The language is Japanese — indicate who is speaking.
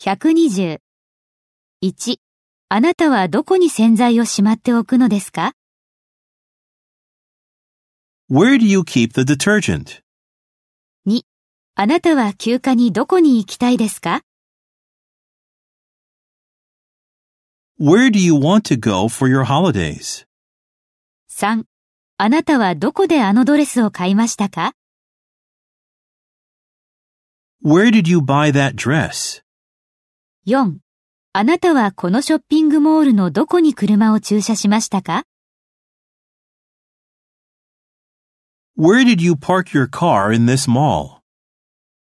Speaker 1: 120。1. あなたはどこに洗剤をしまっておくのですか
Speaker 2: Where do you keep the detergent?
Speaker 1: 2. あなたは休暇にどこに行きたいですか
Speaker 2: Where do you want to go for your holidays?
Speaker 1: 3. あなたはどこであのドレスを買いましたか
Speaker 2: Where did you buy that dress?
Speaker 1: 4. あなたはこのショッピングモールのどこに車を駐車しましたか
Speaker 2: Where did you park your car in this mall?